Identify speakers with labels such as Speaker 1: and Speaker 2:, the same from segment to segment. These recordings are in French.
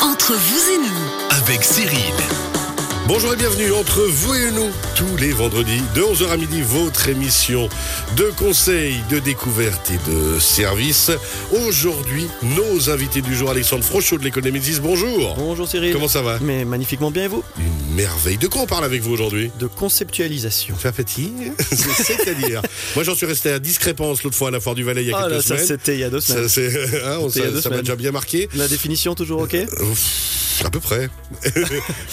Speaker 1: Entre vous et nous,
Speaker 2: avec Cyril.
Speaker 3: Bonjour et bienvenue entre vous et nous tous les vendredis de 11h à midi votre émission de conseils, de découvertes et de services. Aujourd'hui, nos invités du jour Alexandre Frochot de l'économie disent bonjour.
Speaker 4: Bonjour Cyril.
Speaker 3: Comment ça va
Speaker 4: Mais magnifiquement bien et vous
Speaker 3: Une merveille. De quoi on parle avec vous aujourd'hui
Speaker 4: De conceptualisation.
Speaker 3: Faire petit, c'est-à-dire. Moi, j'en suis resté à discrépance l'autre fois à la foire du Valais il y a
Speaker 4: Ah
Speaker 3: quelques
Speaker 4: là, ça
Speaker 3: semaines.
Speaker 4: c'était il y a deux
Speaker 3: Ça,
Speaker 4: semaines.
Speaker 3: c'est- hein, on-
Speaker 4: C'était il y a
Speaker 3: ça-
Speaker 4: deux
Speaker 3: ça m'a
Speaker 4: semaines.
Speaker 3: déjà bien marqué.
Speaker 4: La définition toujours ok
Speaker 3: Ouf, à peu près.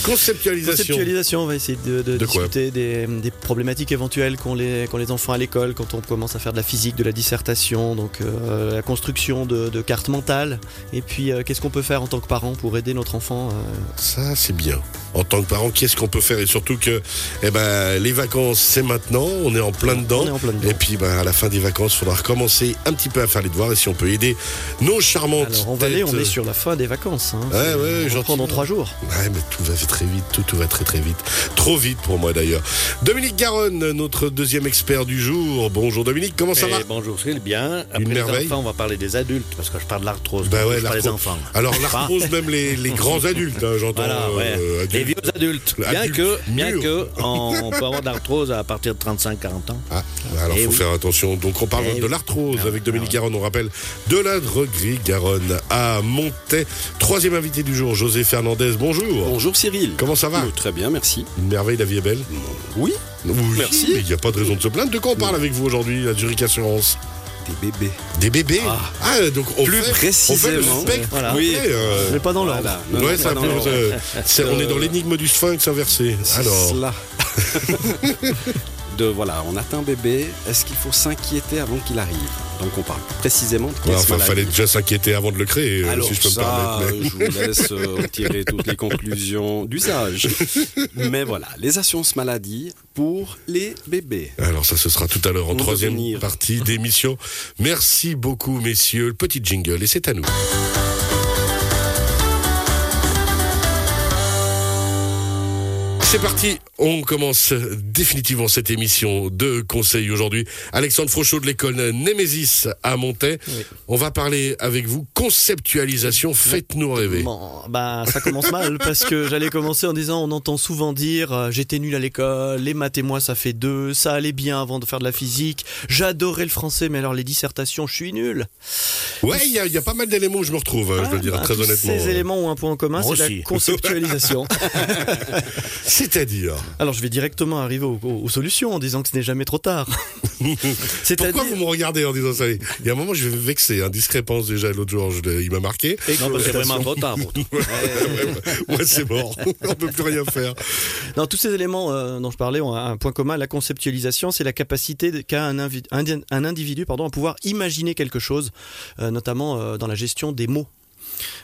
Speaker 3: Conceptualisation.
Speaker 4: Conceptualisation, on va essayer de, de
Speaker 3: De quoi
Speaker 4: discuter des, des problématiques éventuelles qu'ont les, qu'ont les enfants à l'école quand on commence à faire de la physique, de la dissertation, donc euh, la construction de, de cartes mentales. Et puis euh, qu'est-ce qu'on peut faire en tant que parent pour aider notre enfant euh,
Speaker 3: Ça, c'est bien. En tant que parent, qu'est-ce qu'on peut faire Et surtout que eh ben, les vacances, c'est maintenant, on est en plein dedans.
Speaker 4: On est en plein dedans.
Speaker 3: Et puis, ben, à la fin des vacances, il faudra recommencer un petit peu à faire les devoirs. Et si on peut aider nos charmantes
Speaker 4: Alors en Valais,
Speaker 3: têtes,
Speaker 4: on
Speaker 3: euh,
Speaker 4: est sur la fin des vacances. Hein.
Speaker 3: Ouais, ouais,
Speaker 4: on reprend
Speaker 3: gentiment.
Speaker 4: dans trois jours.
Speaker 3: Ouais, mais tout va très vite, tout, tout va très très vite. Trop vite pour moi d'ailleurs. Dominique Garonne, notre deuxième expert du jour. Bonjour Dominique, comment ça
Speaker 5: Eh,
Speaker 3: va
Speaker 5: Bonjour Cyril, bien. Après
Speaker 3: Une
Speaker 5: les
Speaker 3: merveille.
Speaker 5: enfants, on va parler des adultes, parce que je parle de l'arthrose,
Speaker 3: Bah
Speaker 5: je
Speaker 3: ouais,
Speaker 5: parle
Speaker 3: l'arthrose.
Speaker 5: des enfants.
Speaker 3: Alors l'arthrose, même les, les grands adultes, hein, j'entends.
Speaker 5: Voilà, ouais.
Speaker 3: euh,
Speaker 5: les
Speaker 3: adultes.
Speaker 5: vieux adultes. Bien
Speaker 3: Adultes,
Speaker 5: que, bien
Speaker 3: mûrs.
Speaker 5: que on, on peut avoir de l'arthrose à partir de 35-40 ans.
Speaker 3: Ah, bah alors
Speaker 5: Eh
Speaker 3: faut
Speaker 5: oui.
Speaker 3: faire attention. Donc on parle
Speaker 5: Eh
Speaker 3: de
Speaker 5: oui.
Speaker 3: l'arthrose
Speaker 5: Ah,
Speaker 3: avec Dominique
Speaker 5: ah ouais.
Speaker 3: Garonne, on rappelle, de la droguerie Garonne à Montaix. Troisième invité du jour, José Fernandez, bonjour.
Speaker 6: Bonjour Cyril.
Speaker 3: Comment ça va
Speaker 6: Oh, Très bien, merci.
Speaker 3: Une merveille, la vie est belle
Speaker 6: Oui,
Speaker 3: Oui,
Speaker 6: Merci.
Speaker 3: mais il n'y a pas de raison de se plaindre. De quoi on parle avec vous aujourd'hui, la Zurich Assurance
Speaker 6: des bébés.
Speaker 3: Des bébés Ah, donc on
Speaker 6: Plus
Speaker 3: fait, on
Speaker 6: précisément.
Speaker 3: fait le spectre.
Speaker 4: Voilà.
Speaker 6: Oui.
Speaker 3: complet, euh,
Speaker 4: Mais pas dans l'ordre.
Speaker 6: Voilà. Non,
Speaker 3: Ouais,
Speaker 6: non,
Speaker 3: ça
Speaker 6: non,
Speaker 3: fait-
Speaker 6: non.
Speaker 3: euh, c'est- on est dans
Speaker 6: Euh,
Speaker 3: l'énigme du sphinx inversé.
Speaker 6: C'est
Speaker 3: Alors,
Speaker 6: cela. de voilà, on atteint un bébé. Est-ce qu'il faut s'inquiéter avant qu'il arrive Donc on parle précisément de
Speaker 3: ouais,
Speaker 6: quelle
Speaker 3: enfin,
Speaker 6: maladie.
Speaker 3: fallait déjà s'inquiéter avant de le créer, euh,
Speaker 6: Alors
Speaker 3: si je peux
Speaker 6: ça,
Speaker 3: me permettre. mais-
Speaker 6: euh, je vous laisse euh, en tirer toutes les conclusions d'usage. Mais voilà, les assurances maladies pour les bébés.
Speaker 3: Alors ça, ce sera tout à l'heure en
Speaker 6: On
Speaker 3: troisième
Speaker 6: peut venir.
Speaker 3: partie d'émission. Merci beaucoup, messieurs. Le petit jingle, et c'est à nous. C'est parti, on commence définitivement cette émission de conseils aujourd'hui. Alexandre Frochot de l'école Némésis à Montaix.
Speaker 4: Oui.
Speaker 3: On va parler avec vous conceptualisation, faites-nous rêver.
Speaker 4: Bon, bah ça commence mal parce que j'allais commencer en disant on entend souvent dire euh, j'étais nul à l'école, les maths et moi ça fait deux, ça allait bien avant de faire de la physique, j'adorais le français mais alors les dissertations je suis nul.
Speaker 3: Ouais, il y, a- il y a pas mal d'éléments où je me retrouve, hein, je dois
Speaker 4: Ah,
Speaker 3: dire
Speaker 4: bah,
Speaker 3: très
Speaker 4: tous
Speaker 3: honnêtement.
Speaker 4: Ces éléments ont un point en commun,
Speaker 5: Moi
Speaker 4: c'est la
Speaker 5: aussi.
Speaker 4: conceptualisation.
Speaker 3: C'est-à-dire,
Speaker 4: alors je vais directement arriver aux, aux- aux solutions en disant que ce n'est jamais trop tard.
Speaker 3: Pourquoi
Speaker 4: C'est-à-dire
Speaker 3: vous me regardez en disant ça Il y a un moment, je vais me vexer. Hein. Discrépance déjà l'autre jour, je l'ai- il m'a marqué.
Speaker 5: Non, parce que c'est vraiment trop tard pour toi.
Speaker 3: Moi, c'est mort. On peut plus rien faire.
Speaker 4: Non, tous ces éléments euh, dont je parlais ont un un point commun. La conceptualisation, c'est la capacité de- qu'a un, invi- indi- un individu pardon, à pouvoir imaginer quelque chose, euh, notamment euh, dans la gestion des mots.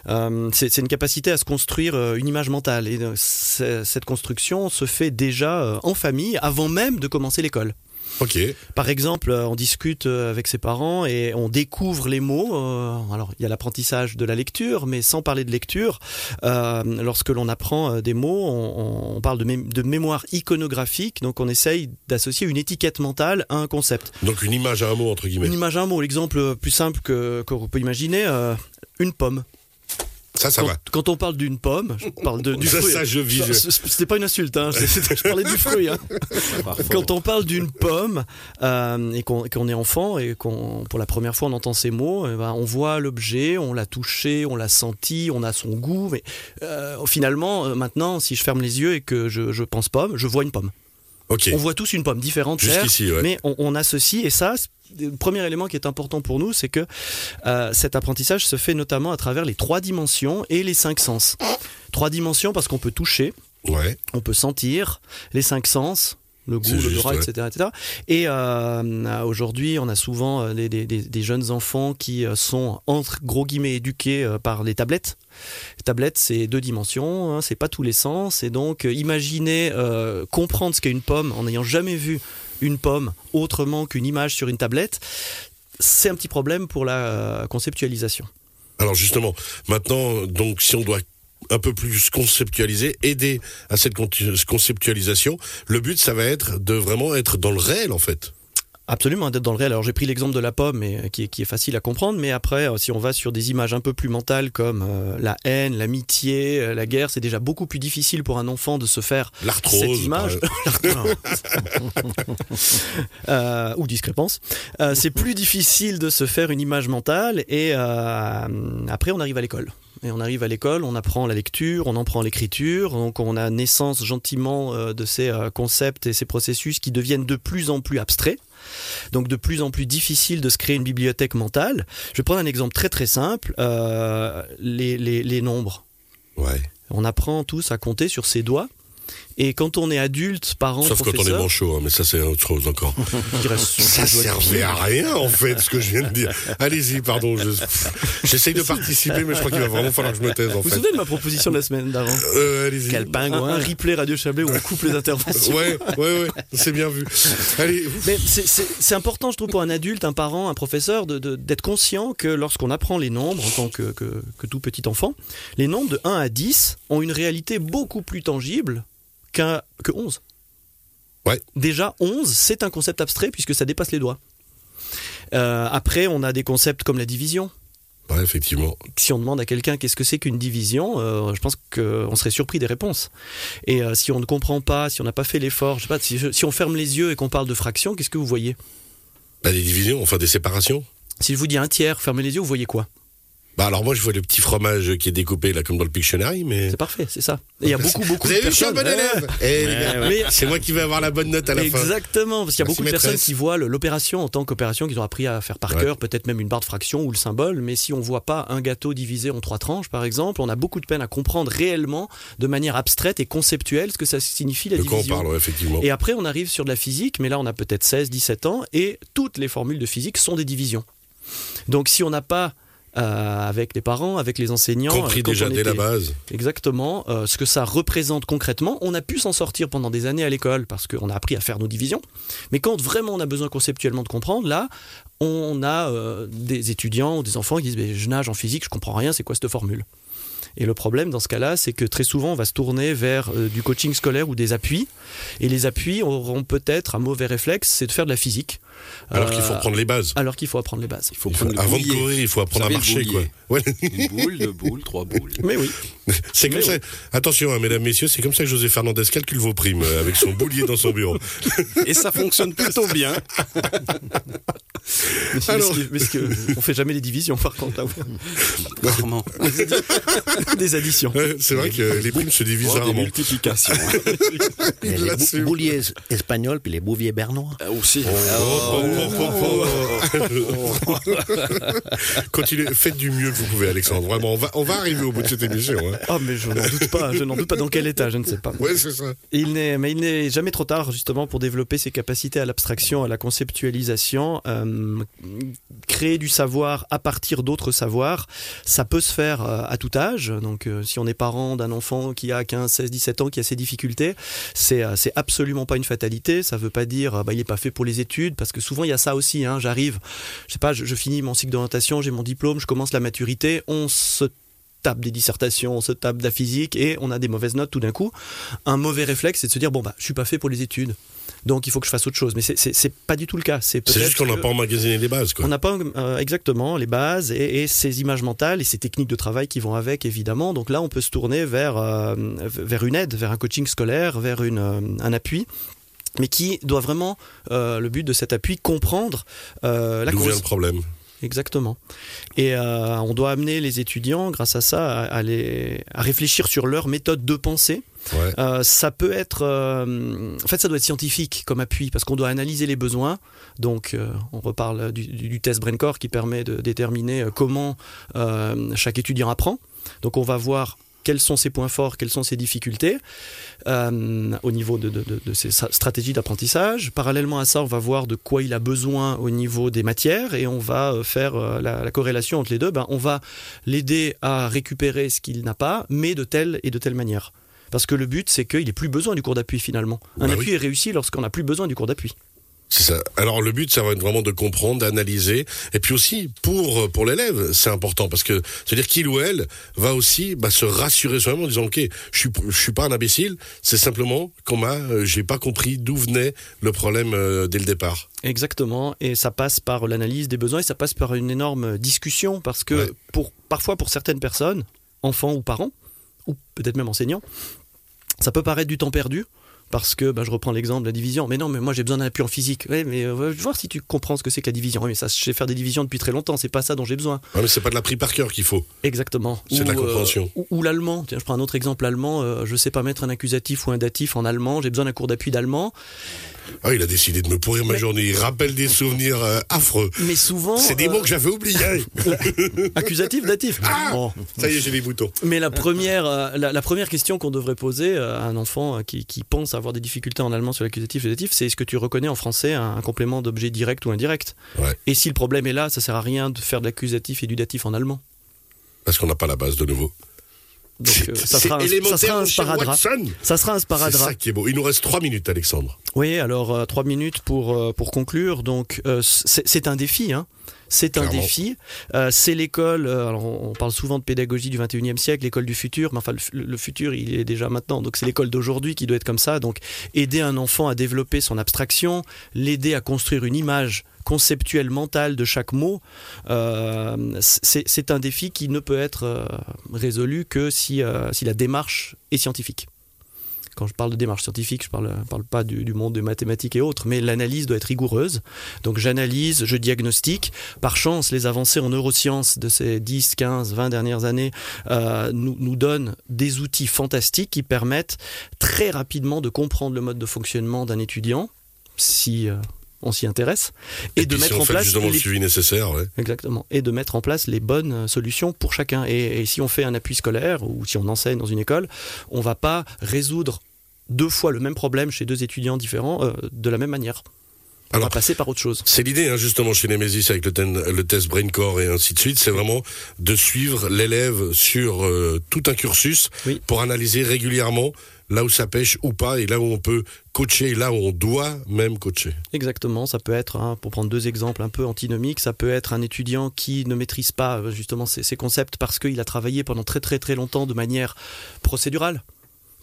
Speaker 4: Euh, c'est c'est une capacité à se construire euh, une image mentale. Et euh, c'est- cette construction se fait déjà euh, en famille, avant même de commencer l'école.
Speaker 3: Ok.
Speaker 4: Par exemple, euh, on discute euh, avec ses parents et on découvre les mots. euh, Alors, il y a l'apprentissage de la lecture, mais sans parler de lecture, euh, lorsque l'on apprend euh, des mots, on, on parle de, mé- de mémoire iconographique. Donc, on essaye d'associer une étiquette mentale à un concept.
Speaker 3: Donc, une image à un mot, entre guillemets.
Speaker 4: Une image à un mot, l'exemple euh, plus simple que qu'on peut imaginer, euh, une pomme.
Speaker 3: Ça, ça
Speaker 4: quand,
Speaker 3: va.
Speaker 4: quand on parle d'une pomme, je parle de, du
Speaker 3: ça,
Speaker 4: fruit.
Speaker 3: ça, je vis. je-
Speaker 4: C'est- c'est- C'était pas une insulte, hein, c'est- c'est- je parlais du fruit. hein.
Speaker 6: Parfois.
Speaker 4: Quand on parle d'une pomme euh, et qu'on qu'on est enfant et qu'on pour la première fois on entend ces mots, eh ben, on voit l'objet, on l'a touché, on l'a senti, on a son goût. Mais euh, finalement, euh, maintenant, si je ferme les yeux et que je, je pense pomme, je vois une pomme.
Speaker 3: Ok.
Speaker 4: On voit tous une pomme différente, certes,
Speaker 3: Jusqu'ici, ouais.
Speaker 4: mais on, on associe et ça. c'est Le premier élément qui est important pour nous, c'est que euh, cet apprentissage se fait notamment à travers les trois dimensions et les cinq sens. Trois dimensions parce qu'on peut toucher,
Speaker 3: Ouais.
Speaker 4: on peut sentir les cinq sens le
Speaker 3: C'est
Speaker 4: goût,
Speaker 3: juste,
Speaker 4: l'odorat,
Speaker 3: ouais.
Speaker 4: etc., etc. Et euh, aujourd'hui, on a souvent euh, des, des- des- des jeunes enfants qui euh, sont, entre gros guillemets, éduqués euh, par les tablettes. Les tablettes, c'est deux dimensions, hein, c'est pas tous les sens. Et donc, euh, imaginer, euh, comprendre ce qu'est une pomme en n'ayant jamais vu une pomme autrement qu'une image sur une tablette, c'est un petit problème pour la euh, conceptualisation.
Speaker 3: Alors, justement, maintenant, donc, si on doit un peu plus conceptualiser, aider à cette con- conceptualisation, le but, ça va être de vraiment être dans le réel, en fait.
Speaker 4: Absolument, d'être dans le réel. Alors j'ai pris l'exemple de la pomme et, qui, est, qui est facile à comprendre, mais après, euh, si on va sur des images un peu plus mentales comme euh, la haine, l'amitié, euh, la guerre, c'est déjà beaucoup plus difficile pour un enfant de se faire
Speaker 3: L'arthrose.
Speaker 4: cette image,
Speaker 3: par-
Speaker 4: euh, ou discrépance, Euh, c'est plus difficile de se faire une image mentale et euh, après on arrive à l'école. Et on arrive à l'école, on apprend la lecture, on en prend l'écriture, donc on a naissance gentiment euh, de ces euh, concepts et ces processus qui deviennent de plus en plus abstraits, donc de plus en plus difficile de se créer une bibliothèque mentale. Je vais prendre un exemple très très simple, euh, les- les- les nombres.
Speaker 3: Ouais.
Speaker 4: On apprend tous à compter sur ses doigts. Et quand on est adulte, parent,
Speaker 3: Sauf quand on est
Speaker 4: professeur,
Speaker 3: manchot, hein, mais ça c'est autre chose encore.
Speaker 4: il reste sur
Speaker 3: Ça
Speaker 4: ses doigts de pied.
Speaker 3: servait à rien en fait ce que je viens de dire. Allez-y, pardon, je- pff, j'essaye de participer, mais je crois qu'il va vraiment falloir que je me taise en
Speaker 4: Vous vous
Speaker 3: fait.
Speaker 4: souvenez de ma proposition de la semaine d'avant
Speaker 3: Euh, allez-y.
Speaker 5: Quel
Speaker 4: un,
Speaker 5: pingouin
Speaker 4: un replay Radio Chablais où on coupe les interventions.
Speaker 3: Ouais, ouais, ouais, c'est bien vu. Allez, ouf.
Speaker 4: Mais c'est- c'est c'est important, je trouve, pour un adulte, un parent, un professeur, de- de- d'être conscient que lorsqu'on apprend les nombres en tant que, que- que tout petit enfant, les nombres de 1 à 10 ont une réalité beaucoup plus tangible qu'un que 11.
Speaker 3: Ouais.
Speaker 4: Déjà, 11, c'est un concept abstrait puisque ça dépasse les doigts. Euh, après, on a des concepts comme la division.
Speaker 3: Ouais, effectivement.
Speaker 4: si on demande à quelqu'un qu'est-ce que c'est qu'une division, euh, je pense qu'on serait surpris des réponses. Et euh, si on ne comprend pas, si on n'a pas fait l'effort, je sais pas, si, je- si on ferme les yeux et qu'on parle de fraction, qu'est-ce que vous voyez
Speaker 3: Bah, des divisions, enfin des séparations.
Speaker 4: Si je vous dis un tiers, fermez les yeux, vous voyez quoi
Speaker 3: Bah alors moi je vois le petit fromage qui est découpé là comme dans le Pictionary, mais.
Speaker 4: C'est parfait, c'est ça. Et il y a beaucoup, beaucoup
Speaker 3: Vous
Speaker 4: de
Speaker 3: avez vu, je suis un
Speaker 4: personnes.
Speaker 3: bon élève. Eh, les gars,
Speaker 5: Ouais,
Speaker 4: Mais-
Speaker 3: C'est moi qui vais avoir la bonne note à la fin.
Speaker 4: Exactement, parce qu'il y a
Speaker 3: Merci,
Speaker 4: beaucoup de personnes
Speaker 3: maîtresse.
Speaker 4: qui voient le- l'opération en tant qu'opération qu'ils ont appris à faire par
Speaker 3: Ouais.
Speaker 4: cœur, peut-être même une barre de fraction ou le symbole, mais si on voit pas un gâteau divisé en trois tranches, par exemple, on a beaucoup de peine à comprendre réellement, de manière abstraite et conceptuelle, ce que ça signifie la
Speaker 3: De quoi on
Speaker 4: division.
Speaker 3: parle, ouais, effectivement.
Speaker 4: Et après, on arrive sur de la physique, mais là, on a peut-être 16, 17 ans, et toutes les formules de physique sont des divisions. Donc, si on n'a pas, euh, avec les parents, avec les enseignants,
Speaker 3: Compris
Speaker 4: euh, quand
Speaker 3: déjà
Speaker 4: on
Speaker 3: dès
Speaker 4: était-
Speaker 3: la base.
Speaker 4: exactement euh, ce que ça représente concrètement, on a pu s'en sortir pendant des années à l'école, parce qu'on a appris à faire nos divisions. Mais quand vraiment on a besoin conceptuellement de comprendre, là, on a euh, des étudiants ou des enfants qui disent Mais Je nage en physique, je comprends rien, c'est quoi cette formule et le problème dans ce cas-là, c'est que très souvent, on va se tourner vers euh, du coaching scolaire ou des appuis. Et les appuis auront peut-être un mauvais réflexe, c'est de faire de la physique.
Speaker 3: Alors
Speaker 4: Euh,
Speaker 3: qu'il faut reprendre les bases.
Speaker 4: alors qu'il faut apprendre les bases.
Speaker 6: Il faut
Speaker 3: Il faut-
Speaker 6: prendre le
Speaker 3: avant de
Speaker 6: bouillet.
Speaker 3: courir, il faut apprendre à
Speaker 6: savez, le
Speaker 3: marcher, quoi.
Speaker 6: bouillet.
Speaker 3: Ouais.
Speaker 6: Une boule, deux boules, trois boules.
Speaker 4: Mais oui.
Speaker 3: C'est comme
Speaker 4: Mais
Speaker 3: ça. Attention, hein, mesdames, messieurs, c'est comme ça que José Fernandez calcule vos primes euh, avec son boulier dans son bureau.
Speaker 6: Et ça fonctionne plutôt bien.
Speaker 4: Mais, ce
Speaker 3: Alors-
Speaker 4: que- mais ce que- on fait jamais les divisions, par contre, là.
Speaker 6: Rarement.
Speaker 4: des additions.
Speaker 3: Ouais, c'est vrai que les primes se divisent
Speaker 6: Oh, des
Speaker 3: rarement.
Speaker 6: multiplications.
Speaker 3: Il
Speaker 5: Il y a les
Speaker 3: l'assume.
Speaker 5: bou- bouliers es- espagnols puis les bouviers bernois.
Speaker 6: Euh, Aussi.
Speaker 3: Oh, oh, oh, oh, oh. Continuez, faites du mieux que vous pouvez, Alexandre. Vraiment, on va, on va arriver au bout de cette émission. hein.
Speaker 4: Oh, mais je n'en doute pas, je n'en doute pas dans quel état, je ne sais pas.
Speaker 3: Ouais, c'est ça.
Speaker 4: Il n'est, mais il n'est jamais trop tard justement pour développer ses capacités à l'abstraction, à la conceptualisation, euh, créer du savoir à partir d'autres savoirs. Ça peut se faire euh, à tout âge. Donc, euh, si on est parent d'un enfant qui a 15, 16, 17 ans, qui a ses difficultés, c'est euh, c'est absolument pas une fatalité. Ça veut pas dire euh, bah, il est pas fait pour les études, parce que souvent il y a ça aussi. hein. J'arrive, je sais pas, je, je finis mon cycle d'orientation, j'ai mon diplôme, je commence la maturité, on se tape des dissertations, on se tape de la physique et on a des mauvaises notes tout d'un coup un mauvais réflexe, c'est de se dire bon bah je suis pas fait pour les études, donc il faut que je fasse autre chose. Mais c'est- c'est c'est pas du tout le cas. C'est
Speaker 3: C'est
Speaker 4: peut-être
Speaker 3: juste qu'on n'a
Speaker 4: que-
Speaker 3: pas emmagasiné les bases, quoi.
Speaker 4: on n'a pas euh, exactement les bases et, et ces images mentales et ces techniques de travail qui vont avec, évidemment. Donc là, on peut se tourner vers, euh, vers une aide, vers un coaching scolaire, vers une, euh, un appui. Mais qui doit vraiment, euh, le but de cet appui, comprendre euh, la
Speaker 3: D'où vient
Speaker 4: cause.
Speaker 3: le problème
Speaker 4: Exactement. Et euh, on doit amener les étudiants, grâce à ça, à, à les, à réfléchir sur leur méthode de pensée.
Speaker 3: Ouais.
Speaker 4: Euh, ça peut être. euh, en fait, ça doit être scientifique comme appui, parce qu'on doit analyser les besoins. Donc, euh, on reparle du, du- du test Braincore qui permet de déterminer euh, comment euh, chaque étudiant apprend. Donc, on va voir quels sont ses points forts, quelles sont ses difficultés euh, au niveau de, de- de- de ses sa- stratégies d'apprentissage. Parallèlement à ça, on va voir de quoi il a besoin au niveau des matières et on va euh, faire euh, la, la corrélation entre les deux. Ben, on va l'aider à récupérer ce qu'il n'a pas, mais de telle et de telle manière. Parce que le but, c'est qu'il n'ait plus besoin du cours d'appui finalement. Un
Speaker 3: Bah
Speaker 4: appui est réussi lorsqu'on n'a plus besoin du cours d'appui.
Speaker 3: C'est ça. Alors le but, ça va être vraiment de comprendre, d'analyser, et puis aussi pour euh, pour l'élève, c'est important parce que c'est-à-dire qu'il ou elle va aussi bah, se rassurer soi-même en disant ok, je suis je suis pas un imbécile, c'est simplement qu'on m'a euh, j'ai pas compris d'où venait le problème euh, dès le départ.
Speaker 4: Exactement, et ça passe par l'analyse des besoins et ça passe par une énorme discussion parce que
Speaker 3: Ouais.
Speaker 4: pour, parfois pour certaines personnes, enfants ou parents, ou peut-être même enseignants, ça peut paraître du temps perdu parce que ben, je reprends l'exemple de la division. Mais non, mais moi j'ai besoin d'un appui en physique. Ouais, mais euh, je vais voir si tu comprends ce que c'est que la division. Oui, mais ça, je sais faire des divisions depuis très longtemps, c'est pas ça dont j'ai besoin.
Speaker 3: Ouais, mais c'est pas de l'appris par cœur qu'il faut.
Speaker 4: Exactement.
Speaker 3: C'est de la
Speaker 4: Ou, euh,
Speaker 3: compréhension.
Speaker 4: ou ou l'allemand. Tiens, je prends un autre exemple allemand. euh, je sais pas mettre un accusatif ou un datif en allemand. J'ai besoin d'un cours d'appui d'allemand.
Speaker 3: Ah, il a décidé de me pourrir ma journée. Il rappelle des souvenirs euh, affreux.
Speaker 4: Mais souvent.
Speaker 3: C'est des
Speaker 4: euh,
Speaker 3: mots que j'avais oubliés.
Speaker 4: Accusatif, datif.
Speaker 3: Ah
Speaker 4: Bon.
Speaker 3: Ça y est, j'ai les boutons.
Speaker 4: Mais la première, euh, la, la première question qu'on devrait poser euh, à un enfant euh, qui, qui pense avoir des difficultés en allemand sur l'accusatif et le datif, c'est est-ce que tu reconnais en français un, un complément d'objet direct ou indirect
Speaker 3: Ouais.
Speaker 4: Et si le problème est là, ça sert à rien de faire de l'accusatif et du datif en allemand.
Speaker 3: Parce qu'on n'a pas la base de nouveau.
Speaker 4: Donc euh, ça,
Speaker 3: C'est
Speaker 4: sera un, ça
Speaker 3: élémentaire,
Speaker 4: sera un
Speaker 3: mon cher
Speaker 4: sparadrap.
Speaker 3: Watson.
Speaker 4: Ça sera un
Speaker 3: C'est
Speaker 4: sparadrap.
Speaker 3: ça qui est beau. Il nous reste trois minutes, Alexandre.
Speaker 4: Oui, alors euh, trois minutes pour, euh, pour conclure. Donc euh, c'est c'est un défi, hein. C'est un
Speaker 3: Clairement.
Speaker 4: défi. Euh, c'est l'école. euh, alors on, on parle souvent de pédagogie du 21e siècle, l'école du futur. Mais enfin, le, fu- le futur, il est déjà maintenant. Donc c'est l'école d'aujourd'hui qui doit être comme ça. Donc aider un enfant à développer son abstraction, l'aider à construire une image conceptuelle mentale de chaque mot, euh, c'est c'est un défi qui ne peut être euh, résolu que si, euh, si la démarche est scientifique quand je parle de démarche scientifique, je parle, je parle pas du, du monde de mathématiques et autres, mais l'analyse doit être rigoureuse. Donc j'analyse, je diagnostique. Par chance, les avancées en neurosciences de ces 10, 15, 20 dernières années euh, nous, nous donnent des outils fantastiques qui permettent très rapidement de comprendre le mode de fonctionnement d'un étudiant, si euh, on s'y intéresse, et, de
Speaker 3: puis si
Speaker 4: mettre
Speaker 3: on
Speaker 4: en
Speaker 3: fait
Speaker 4: place
Speaker 3: justement le
Speaker 4: les-
Speaker 3: suivi nécessaire. ouais.
Speaker 4: Exactement. Et de mettre en place les bonnes euh, solutions pour chacun. Et, et si on fait un appui scolaire ou si on enseigne dans une école, on va pas résoudre deux fois le même problème chez deux étudiants différents euh, de la même manière. On
Speaker 3: Alors-
Speaker 4: va passer par autre chose.
Speaker 3: C'est l'idée, hein, justement, chez Nemesis avec le, ten- le test BrainCore et ainsi de suite. C'est vraiment de suivre l'élève sur euh, tout un cursus
Speaker 4: Oui.
Speaker 3: pour analyser régulièrement là où ça pêche ou pas et là où on peut coacher et là où on doit même coacher.
Speaker 4: Exactement. Ça peut être, hein, pour prendre deux exemples un peu antinomiques, ça peut être un étudiant qui ne maîtrise pas euh, justement ces, ces concepts parce qu'il a travaillé pendant très très très longtemps de manière procédurale.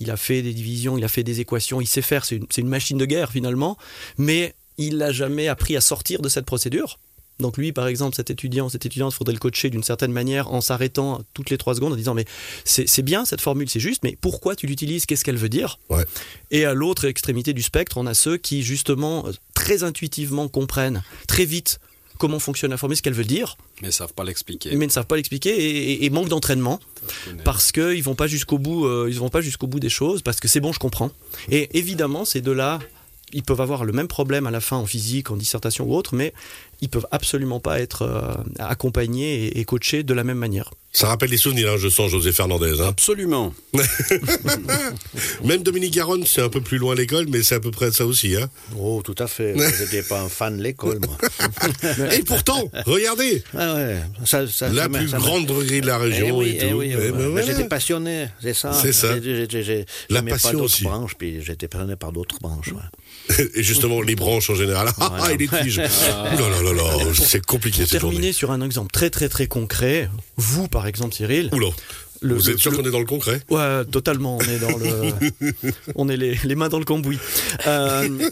Speaker 4: Il a fait des divisions, il a fait des équations, il sait faire, c'est une, c'est une machine de guerre finalement, mais il n'a jamais appris à sortir de cette procédure. Donc lui, par exemple, cet étudiant, cette étudiante, faudrait le coacher d'une certaine manière en s'arrêtant toutes les trois secondes en disant mais c'est c'est bien cette formule, c'est juste, mais pourquoi tu l'utilises Qu'est-ce qu'elle veut dire
Speaker 3: Ouais.
Speaker 4: Et à l'autre extrémité du spectre, on a ceux qui justement euh, très intuitivement comprennent très vite comment fonctionne la formule, ce qu'elle veut dire,
Speaker 6: Mais ils savent pas l'expliquer.
Speaker 4: mais ne savent pas l'expliquer et- et- et manquent d'entraînement
Speaker 6: Je connais.
Speaker 4: parce que ils vont pas jusqu'au bout, euh, ils vont pas jusqu'au bout des choses, parce que c'est bon, je comprends. Et évidemment, ces deux-là, ils peuvent avoir le même problème à la fin en physique, en dissertation ou autre, mais ils peuvent absolument pas être euh, accompagnés et, et coachés de la même manière.
Speaker 3: Ça rappelle les souvenirs, hein, je sens, José Fernandez. hein.
Speaker 6: Absolument.
Speaker 3: Même Dominique Garonne, c'est un peu plus loin à l'école, mais c'est à peu près ça aussi. hein.
Speaker 5: Oh, tout à fait. Moi, J'étais pas un fan de l'école, moi.
Speaker 3: Et pourtant, regardez,
Speaker 5: Ah ouais, ça- ça-
Speaker 3: la
Speaker 5: ça m'a-
Speaker 3: plus
Speaker 5: ça m'a-
Speaker 3: grande droguerie de la
Speaker 5: Eh
Speaker 3: région
Speaker 5: oui,
Speaker 3: et
Speaker 5: eh
Speaker 3: tout.
Speaker 5: oui,
Speaker 3: Eh
Speaker 5: ouais.
Speaker 3: ben
Speaker 5: Mais
Speaker 3: voilà.
Speaker 5: J'étais passionné, c'est ça.
Speaker 3: C'est ça.
Speaker 5: J'ai- j'ai- j'ai- j'ai-
Speaker 3: La
Speaker 5: j'aimais pas
Speaker 3: passion
Speaker 5: d'autres
Speaker 3: aussi.
Speaker 5: branches, puis j'étais passionné par d'autres branches. ouais.
Speaker 3: Et justement, les branches en général. Ah, ah, et les tiges. Ouh là là là là, c'est compliqué cette
Speaker 4: Terminer
Speaker 3: journée.
Speaker 4: sur un exemple très très très concret, vous par exemple, Cyril.
Speaker 3: Oula,
Speaker 4: Le-
Speaker 3: vous
Speaker 4: le-
Speaker 3: êtes sûr
Speaker 4: le-
Speaker 3: qu'on est dans le concret
Speaker 4: Ouais, totalement. On est dans le, on est les, les mains dans le cambouis. Euh,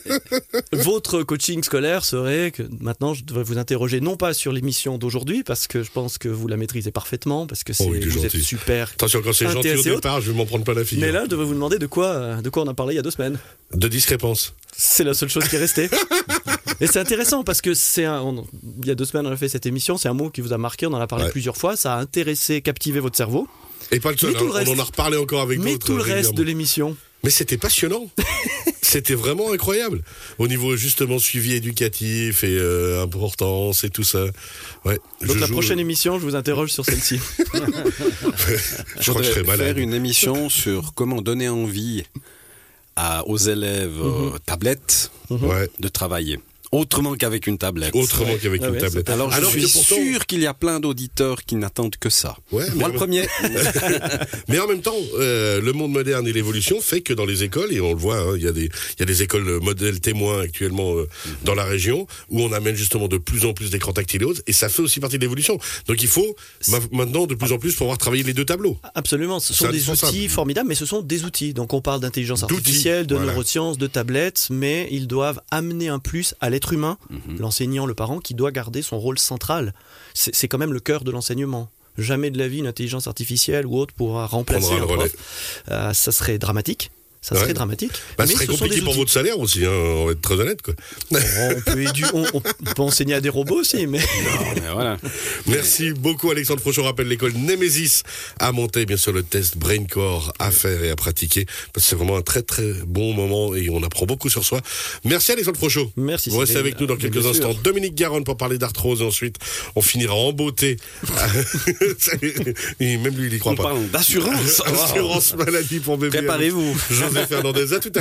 Speaker 4: votre coaching scolaire serait que maintenant je devrais vous interroger non pas sur l'émission d'aujourd'hui parce que je pense que vous la maîtrisez parfaitement parce que c'est,
Speaker 3: Oh, il est
Speaker 4: vous
Speaker 3: gentil.
Speaker 4: êtes super.
Speaker 3: Attention, quand c'est
Speaker 4: Un
Speaker 3: gentil au
Speaker 4: TSE autre.
Speaker 3: départ, je vais m'en prendre pas la fille.
Speaker 4: Mais là, je devrais vous demander de quoi, euh, de quoi on a parlé il y a deux semaines.
Speaker 3: De discrépance.
Speaker 4: C'est la seule chose qui est restée. Et c'est intéressant parce que c'est un, on- il y a deux semaines on a fait cette émission, c'est un mot qui vous a marqué, on en a parlé
Speaker 3: Ouais.
Speaker 4: plusieurs fois, ça a intéressé, captivé votre cerveau,
Speaker 3: Et pas le seul,
Speaker 4: Mais tout le
Speaker 3: hein, on en
Speaker 4: reste.
Speaker 3: a reparlé encore avec d'autres.
Speaker 4: mais tout le reste
Speaker 3: régulièrement.
Speaker 4: de l'émission.
Speaker 3: Mais c'était passionnant. c'était vraiment incroyable. Au niveau justement suivi éducatif et euh, importance et tout ça. Ouais,
Speaker 4: Donc
Speaker 3: je
Speaker 4: la
Speaker 3: joue- euh,
Speaker 4: prochaine émission, je vous interroge sur celle-ci.
Speaker 3: Je crois que je serais
Speaker 6: Faudrait
Speaker 3: malade.
Speaker 6: faire une émission sur comment donner
Speaker 3: Mhm.
Speaker 6: envie à- aux élèves euh, tablettes
Speaker 3: Ouais.
Speaker 6: de travailler. Autrement qu'avec une tablette.
Speaker 3: Autrement qu'avec
Speaker 4: Ah
Speaker 3: une
Speaker 4: ouais,
Speaker 3: tablette.
Speaker 6: Alors, je suis
Speaker 3: que pourtant-
Speaker 6: sûr qu'il y a plein d'auditeurs qui n'attendent que ça.
Speaker 3: Ouais, mais
Speaker 6: Moi,
Speaker 3: en
Speaker 6: le
Speaker 3: même-
Speaker 6: premier.
Speaker 3: Mais en même temps, euh, le monde moderne et l'évolution fait que dans les écoles, et on le voit, hein, il y, a des- il y a des écoles euh, modèles témoins actuellement euh, dans la région, où on amène justement de plus en plus d'écrans tactiles et ça fait aussi partie de l'évolution. Donc il faut ma- maintenant de plus en plus pouvoir travailler les deux tableaux.
Speaker 4: Absolument, ce
Speaker 3: C'est
Speaker 4: sont des
Speaker 3: indispensable.
Speaker 4: outils formidables, mais ce sont des outils. Donc on parle d'intelligence
Speaker 3: D'outils,
Speaker 4: artificielle, de
Speaker 3: voilà.
Speaker 4: neurosciences, de tablettes, mais ils doivent amener un plus à l'être humain,
Speaker 3: Mhm.
Speaker 4: l'enseignant, le parent, qui doit garder son rôle central. C'est c'est quand même le cœur de l'enseignement. Jamais de la vie une intelligence artificielle ou autre pourra remplacer
Speaker 3: Prendra
Speaker 4: un
Speaker 3: le
Speaker 4: prof.
Speaker 3: relais.
Speaker 4: Euh, ça serait dramatique. Ça
Speaker 3: Ouais.
Speaker 4: serait dramatique.
Speaker 3: Bah,
Speaker 4: mais
Speaker 3: ce serait
Speaker 4: ce sont
Speaker 3: compliqué
Speaker 4: des
Speaker 3: pour
Speaker 4: outils.
Speaker 3: votre salaire aussi, hein, on va être très honnête. Quoi.
Speaker 4: On peut, édu- on- on peut enseigner à des robots aussi, mais
Speaker 6: Mais voilà.
Speaker 3: Merci beaucoup Alexandre Prochon. Rappelle l'école Nemesis à monter, bien sûr, le test BrainCore à faire et à pratiquer, parce que c'est vraiment un très très bon moment et on apprend beaucoup sur soi. Merci Alexandre Prochon.
Speaker 4: Merci,
Speaker 3: Vous restez
Speaker 4: Cyril.
Speaker 3: avec nous dans
Speaker 4: Ah, Mais
Speaker 3: quelques
Speaker 4: bien sûr.
Speaker 3: instants. Dominique Garonne pour parler d'arthrose et ensuite on finira en beauté. Et Même lui, il y croit
Speaker 6: On
Speaker 3: pas.
Speaker 6: parle d'assurance.
Speaker 3: Assurance maladie pour bébé.
Speaker 6: Préparez-vous.
Speaker 3: José Fernandez, à tout à l'heure.